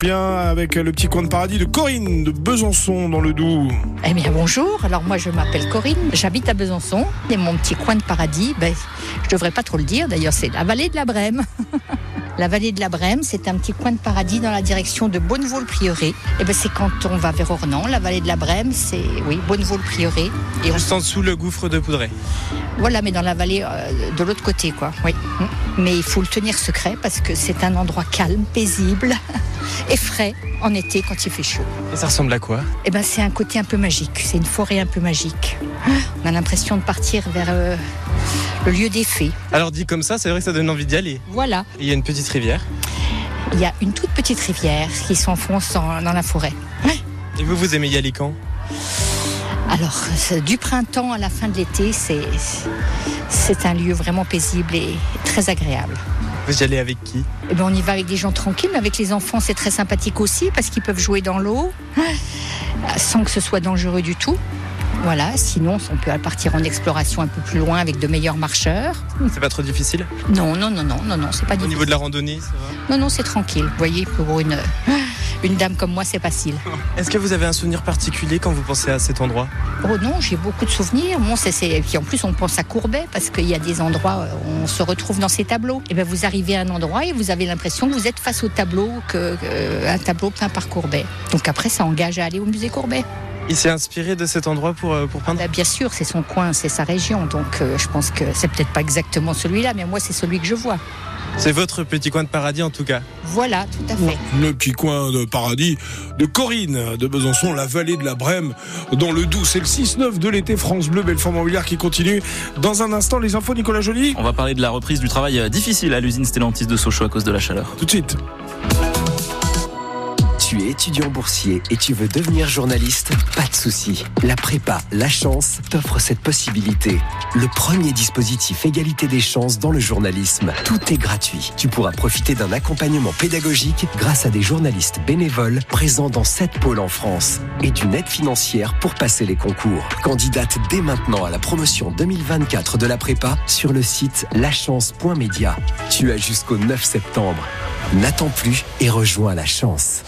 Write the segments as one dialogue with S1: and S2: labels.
S1: Bien avec le petit coin de paradis de Corinne de Besançon dans le Doubs.
S2: Eh bien bonjour, alors moi je m'appelle Corinne, j'habite à Besançon et mon petit coin de paradis, ben, je devrais pas trop le dire d'ailleurs, c'est la vallée de la Brème. La vallée de la Brème, c'est un petit coin de paradis dans la direction de Bonnevaux-le-Prieuré. Et ben c'est quand on va vers Ornans, la vallée de la Brème, c'est oui, Bonnevaux-le-Prieuré. Et on-
S3: Juste en dessous le gouffre de Poudré.
S2: voilà, mais dans la vallée euh, de l'autre côté, quoi. Oui. Mmh. Mais il faut le tenir secret parce que c'est un endroit calme, paisible et frais en été quand il fait chaud.
S3: Et ça ressemble à quoi
S2: Eh ben, c'est un côté un peu magique. C'est une forêt un peu magique. Ah, On a l'impression de partir vers euh, le lieu des fées.
S3: Alors dit comme ça, c'est vrai que ça donne envie d'y aller.
S2: Voilà.
S3: Il y a une petite rivière.
S2: Il y a une toute petite rivière qui s'enfonce dans, dans la forêt.
S3: Et vous, vous aimez y aller quand
S2: Alors, c'est- du printemps à la fin de l'été, c'est c'est un lieu vraiment paisible et très agréable.
S3: Vous y allez avec qui
S2: Eh ben, on y va avec des gens tranquilles, mais avec les enfants, c'est très sympathique aussi parce qu'ils peuvent jouer dans l'eau ah, sans que ce soit dangereux du tout. Voilà, sinon on peut partir en exploration un peu plus loin avec de meilleurs marcheurs.
S3: C'est pas trop difficile
S2: Non, non, non, non, non, non, c'est pas
S3: Au
S2: difficile.
S3: niveau de la randonnée, ça va
S2: Non, non, c'est tranquille. Vous voyez, pour une, une dame comme moi, c'est facile.
S3: Est-ce que vous avez un souvenir particulier quand vous pensez à cet endroit
S2: Oh non, j'ai beaucoup de souvenirs. Bon, c'est, c'est... Et puis en plus, on pense à Courbet parce qu'il y a des endroits où on se retrouve dans ces tableaux. Et bien, vous arrivez à un endroit et vous avez l'impression que vous êtes face au tableau, que, que- un tableau peint par Courbet. Donc après, ça engage à aller au musée Courbet.
S3: Il s'est inspiré de cet endroit pour, euh, pour peindre
S2: Bah, bien sûr, c'est son coin, c'est sa région. Donc euh, je pense que c'est peut-être pas exactement celui-là, mais moi, c'est celui que je vois.
S3: C'est votre petit coin de paradis en tout cas.
S2: Voilà, tout à fait.
S1: Le petit coin de paradis de Corinne de Besançon, la vallée de la Brème dans le Doubs. C'est le 6-9 de l'été France Bleu, Belfort Montbéliard qui continue. Dans un instant, les infos Nicolas Joly.
S4: On va parler de la reprise du travail euh, difficile à l'usine Stellantis de Sochaux à cause de la chaleur.
S1: Tout de suite.
S5: Tu es étudiant boursier et tu veux devenir journaliste Pas de souci. La prépa, la chance t'offre cette possibilité. Le premier dispositif égalité des chances dans le journalisme. Tout est gratuit. Tu pourras profiter d'un accompagnement pédagogique grâce à des journalistes bénévoles présents dans sept pôles en France et d'une aide financière pour passer les concours. Candidate dès maintenant à la promotion 2024 de la prépa sur le site lachance.media. Tu as jusqu'au 9 septembre. N'attends plus et rejoins la chance.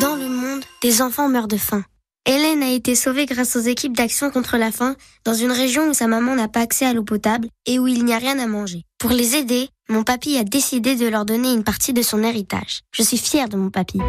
S6: Dans le monde, des enfants meurent de faim. Hélène a été sauvée grâce aux équipes d'action contre la faim dans une région où sa maman n'a pas accès à l'eau potable et où il n'y a rien à manger. Pour les aider, mon papy a décidé de leur donner une partie de son héritage. Je suis fière de mon papy.